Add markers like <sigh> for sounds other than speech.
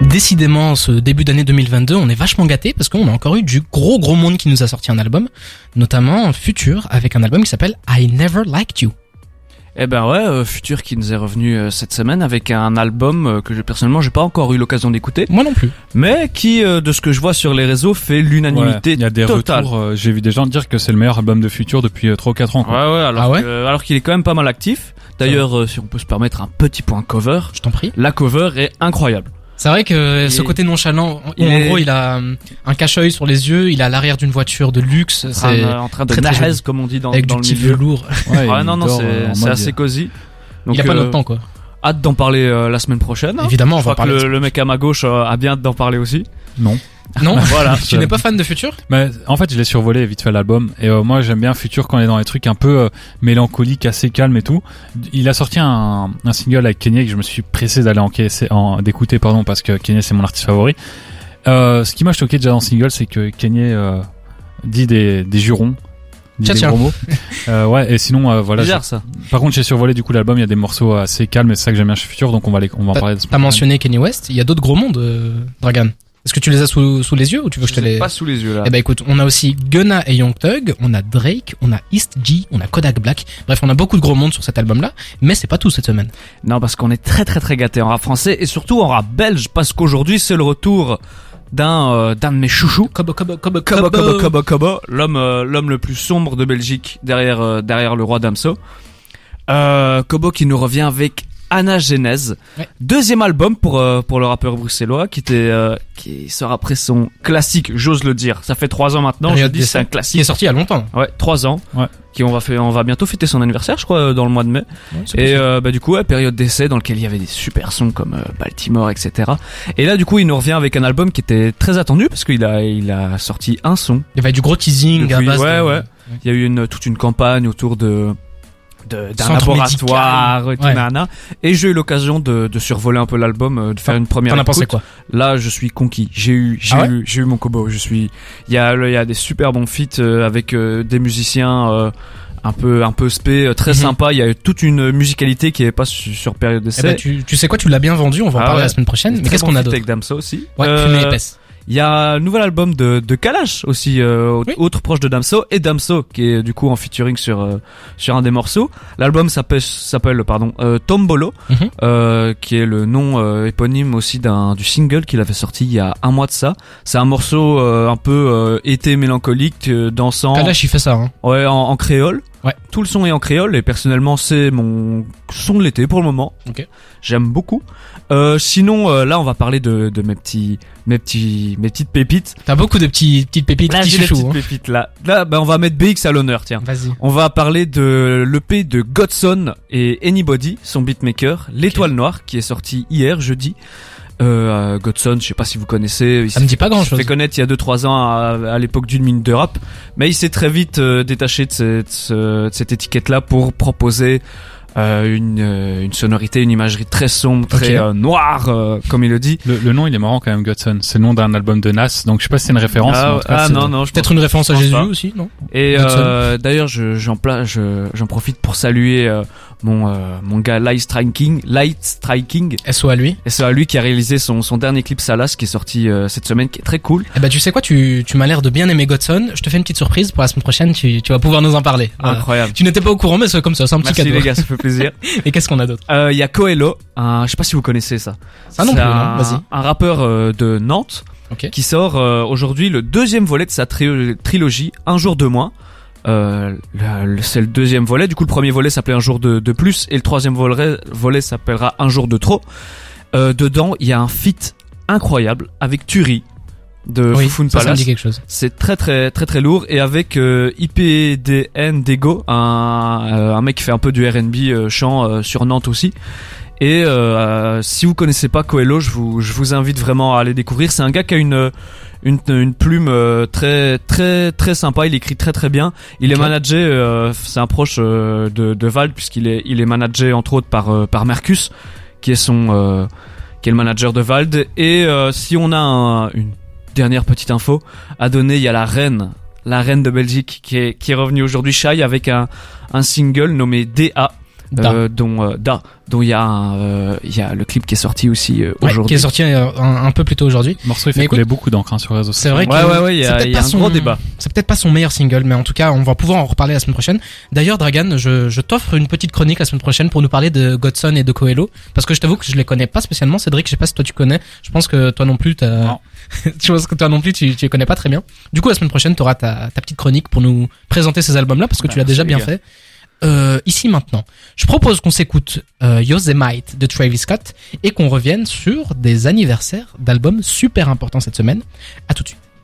Décidément, ce début d'année 2022, on est vachement gâté parce qu'on a encore eu du gros gros monde qui nous a sorti un album, notamment Future avec un album qui s'appelle I Never Liked You. Eh ben ouais, euh, Futur qui nous est revenu euh, cette semaine avec un album euh, que je, personnellement j'ai pas encore eu l'occasion d'écouter, Moi non plus. mais qui euh, de ce que je vois sur les réseaux fait l'unanimité Ouais, il y a des totale. retours. euh, J'ai vu des gens dire que c'est le meilleur album de Future depuis 3 ou 4 ans. Ouais quoi. ouais, alors Ah ouais que- alors qu'il est quand même pas mal actif. D'ailleurs, euh, si on peut se permettre un petit point cover, Je t'en prie. la cover est incroyable. C'est vrai que Il- ce côté nonchalant, en- il en est- gros, il a euh, un cache-œil sur les yeux, il a l'arrière d'une voiture de luxe, En train, c'est euh, en train de très, très nahez, joli. comme on dit dans, avec dans du le petit milieu. velours. Ouais, Ouais, il non non, dort euh, euh, c'est en c'est mode- assez cosy. Donc, il a pas euh, notre temps quoi. Hâte d'en parler euh, la semaine prochaine. hein. Évidemment, on Je va en crois que parler. le, le mec à ma gauche euh, a bien hâte d'en <laughs> parler aussi. Non. <laughs> Non, Voilà. tu n'es pas fan de Future Mais en fait, je l'ai survolé vite fait l'album. Et euh, moi, j'aime bien Future quand il est dans les trucs un peu euh, mélancoliques, assez calmes et tout. Il a sorti un, un single avec Kanye que je me suis pressé d'aller encaisser- en, d'écouter, pardon, parce que Kanye c'est mon artiste favori. Euh, ce qui m'a choqué déjà dans le single, c'est que Kanye euh, dit des, des jurons. dit Tiens, des tiens. <laughs> gros mots. Euh, ouais, et sinon, euh, voilà. Bizarre ça. je- Par contre, j'ai survolé du coup l'album. Il y a des morceaux assez calmes et c'est ça que j'aime bien chez Future, donc on va, les, on va en parler. T'as mentionné Kenny West, il y a d'autres gros mondes, euh, Dragan. Est-ce que tu les as sous, sous les yeux ou tu veux que je te les ai les... Pas sous les yeux là. Eh ben écoute, on a aussi Gunna et Young Thug, on a Drake, on a East G, on a Kodak Black. Bref, on a beaucoup de gros mondes sur cet album-là, mais c'est pas tout cette semaine. Non, parce qu'on est très très très gâté en rap français et surtout en rap belge parce qu'aujourd'hui c'est le retour d'un euh, d'un de mes chouchous. Kobo, Kobo, Kobo, Kobo Kobo, Kobo Kobo Kobo, l'homme euh, l'homme le plus sombre de Belgique derrière euh, derrière le roi Damso. Euh, Kobo qui nous revient avec Anagenèse, Ouais. deuxième album pour euh, pour le rappeur bruxellois qui était euh, qui sort après son classique, j'ose le dire. Ça fait trois ans maintenant. Je Période dis d'essai. c'est un Qui est classique. sorti il y a longtemps. Ouais, trois ans. Ouais. Qui on va faire, on va bientôt fêter son anniversaire, je crois, euh, dans le mois de mai. Et euh, bah, du coup, ouais, période d'essai dans lequel il y avait des super sons comme euh, Baltimore, etc. Et là, du coup, il nous revient avec un album qui était très attendu parce qu'il a, il a sorti un son. Il y avait du gros teasing à Depuis- base ouais, de- ouais. Il y a eu une, toute une campagne autour de de- d'un Centre laboratoire et tout, Ouais. nanana. et j'ai eu l'occasion de, de survoler un peu l'album euh, de faire une première T'en as écoute. pensé quoi là je suis conquis j'ai eu j'ai Ah ouais eu j'ai eu mon kobo je suis il y a le- il y a des super bons feats euh, avec euh, des musiciens euh, un peu un peu spé euh, très Mhm. sympa il y a eu toute une musicalité qui est pas su- sur période Eh ben, d'essai tu, tu sais quoi, tu l'as bien vendu, on va en Ah parler ouais. la semaine prochaine, mais Très qu'est-ce bon qu'on a feat d'autre avec Damso aussi Ouais, Euh, fumée épaisse. il y a un nouvel album de de Kalash aussi euh, au- Oui. autre proche de Damso et Damso qui est du coup en featuring sur euh, sur un des morceaux l'album s'appelle s'appelle pardon euh, Tombolo Mhm. euh, qui est le nom euh, éponyme aussi d'un du single qu'il avait sorti il y a un mois de ça. C'est un morceau euh, un peu euh, été mélancolique, euh, dansant, Kalash, il fait ça, hein. ouais, en, en créole. Ouais. Tout le son est en créole et personnellement c'est mon son de l'été pour le moment. Ok. J'aime beaucoup. Euh, sinon euh, là on va parler de, de mes petits mes petits mes petites pépites. T'as beaucoup de petits, petites pépites, Là petits j'ai des chouchous. petites pépites là. Là bah, on va mettre BX à l'honneur tiens. hein. Vas-y. On va parler de l'EP de Godson et Anybody, son beatmaker, L'Étoile Noire, qui est sorti hier, jeudi. Euh, euh, Godson, je sais pas si vous connaissez. Il Ça me dit pas s'est grand-chose. fait connaître il y a 2-3 ans à, à l'époque d'une mine de rap, mais il s'est très vite euh, détaché de, cette- ce- de cette étiquette-là pour proposer euh, une, euh, une sonorité, une imagerie très sombre, très Ok. euh, noire, euh, comme il le dit. Le, le nom, il est marrant quand même, Godson. C'est le nom d'un album de Nas, donc je sais pas si c'est une référence. mais en ah, tout cas, ah, c'est- non, non, je pense Peut-être une référence à Je pense Jésus pas. aussi, non Et Watson. euh, d'ailleurs, je- j'en pla- je- j'en profite pour saluer euh, mon euh, mon gars Light Striking, Light Striking, SO à lui. et c'est à lui qui a réalisé son son dernier clip Salas qui est sorti euh, cette semaine, qui est très cool. Eh ben tu sais quoi, tu, tu m'as l'air de bien aimer Godson. Je te fais une petite surprise pour la semaine prochaine. Tu, tu vas pouvoir nous en parler. Voilà. Incroyable. Tu n'étais pas au courant, mais c'est comme ça, c'est un petit Merci cadeau. les gars, ça fait plaisir. Et qu'est-ce qu'on a d'autre Euh, Il y a Coelho, un- je sais pas si vous connaissez ça. Ça Ah non C'est plus, un- non Vas-y. Un rappeur euh, de Nantes Ok. qui sort euh, aujourd'hui le deuxième volet de sa tri- trilogie, Un jour de moins. Euh, le- le- c'est le deuxième volet. Du coup, le premier volet s'appelait Un jour de, de plus et le troisième volet, volet s'appellera Un jour de trop. Euh, dedans, il y a un feat incroyable avec Turi de oui, Euh, Foufoune ça, ça me Palace. dit quelque chose. C'est très très très très lourd et avec euh, IPDN Dego, un, euh, un mec qui fait un peu du R&B euh, chant euh, sur Nantes aussi. Et euh, si vous connaissez pas Coelho, je vous je vous invite vraiment à aller découvrir. C'est un gars qui a une une, une plume euh, très très très sympa. Il écrit très très bien. Il Ok. est managé, euh, c'est un proche euh, de de Val puisqu'il est il est managé entre autres par euh, par Marcus qui est son euh, qui est le manager de Vald. Et euh, si on a un- une dernière petite info à donner, il y a la reine, la reine de Belgique qui est, qui est revenue aujourd'hui, Shai, avec un, un single nommé DA. Da. euh, dont euh, Da, dont il y a un, euh, il y a le clip qui est sorti aussi euh, Ouais, qui aujourd'hui. est sorti euh, un, un peu plus tôt aujourd'hui. Le morceau, il Mais fait écoute- couler beaucoup d'encre hein, sur les réseaux C'est sociaux. vrai que Ouais, ouais, ouais, il y c'est a, peut-être il y a pas un son- gros débat. C'est peut-être pas son meilleur single, mais en tout cas, on va pouvoir en reparler la semaine prochaine. D'ailleurs, Dragan, je, je t'offre une petite chronique la semaine prochaine pour nous parler de Godson et de Coelho, parce que je t'avoue que je les connais pas spécialement. Cédric, je sais pas si toi tu connais. Je pense que toi non plus, t'as... Non. <laughs> je pense que toi non plus, tu, tu les connais pas très bien. Du coup, la semaine prochaine, t'auras ta, ta petite chronique pour nous présenter ces albums-là, parce que tu Bah, l'as déjà merci, bien les fait. Euh, ici maintenant, je propose qu'on s'écoute euh, Yosemite de Travis Scott et qu'on revienne sur des anniversaires d'albums super importants cette semaine. À tout de suite.